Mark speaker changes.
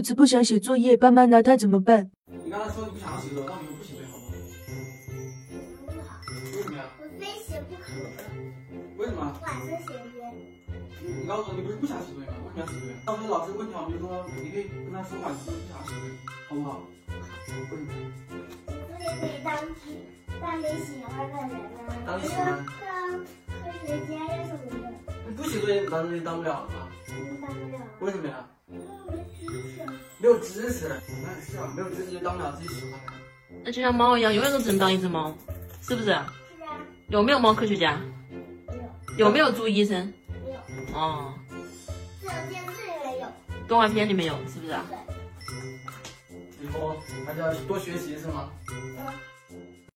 Speaker 1: 我只不想写作业，爸妈拿它怎么办？
Speaker 2: 你刚才说你不想写作，那你又不写作业好吗？
Speaker 3: 不好，
Speaker 2: 为什么呀？
Speaker 3: 我非写不可，
Speaker 2: 为什么？
Speaker 3: 晚上写不完。
Speaker 2: 你告诉我，你不是不想写作业吗？为什么要写作业？到时候老师问你好，你就说你可以跟他说嘛，你不是不想写作业，好不好？为什么？
Speaker 3: 我也可以当当你喜欢的人啊。
Speaker 2: 当
Speaker 3: 比
Speaker 2: 你
Speaker 3: 如
Speaker 2: 喜欢
Speaker 3: 说当科学家又是我的，
Speaker 2: 你不写作业，你当作业当不了了吗？
Speaker 3: 嗯当不了。
Speaker 2: 为什么呀？
Speaker 3: 因为我的
Speaker 2: 没有知
Speaker 3: 知识，
Speaker 2: 识，那是啊，没有知识就当不了自己喜欢的人。
Speaker 4: 那就像猫一样，永远都只能当一只猫，是不是？
Speaker 3: 是啊，
Speaker 4: 有没有猫科学家？
Speaker 3: 有
Speaker 4: 有没有猪医生？
Speaker 3: 没有，
Speaker 4: 哦，
Speaker 3: 这电视里面有，
Speaker 4: 动画片里面有，是不是啊？
Speaker 3: 对，
Speaker 2: 以后还是要多学习是吗？
Speaker 3: 嗯，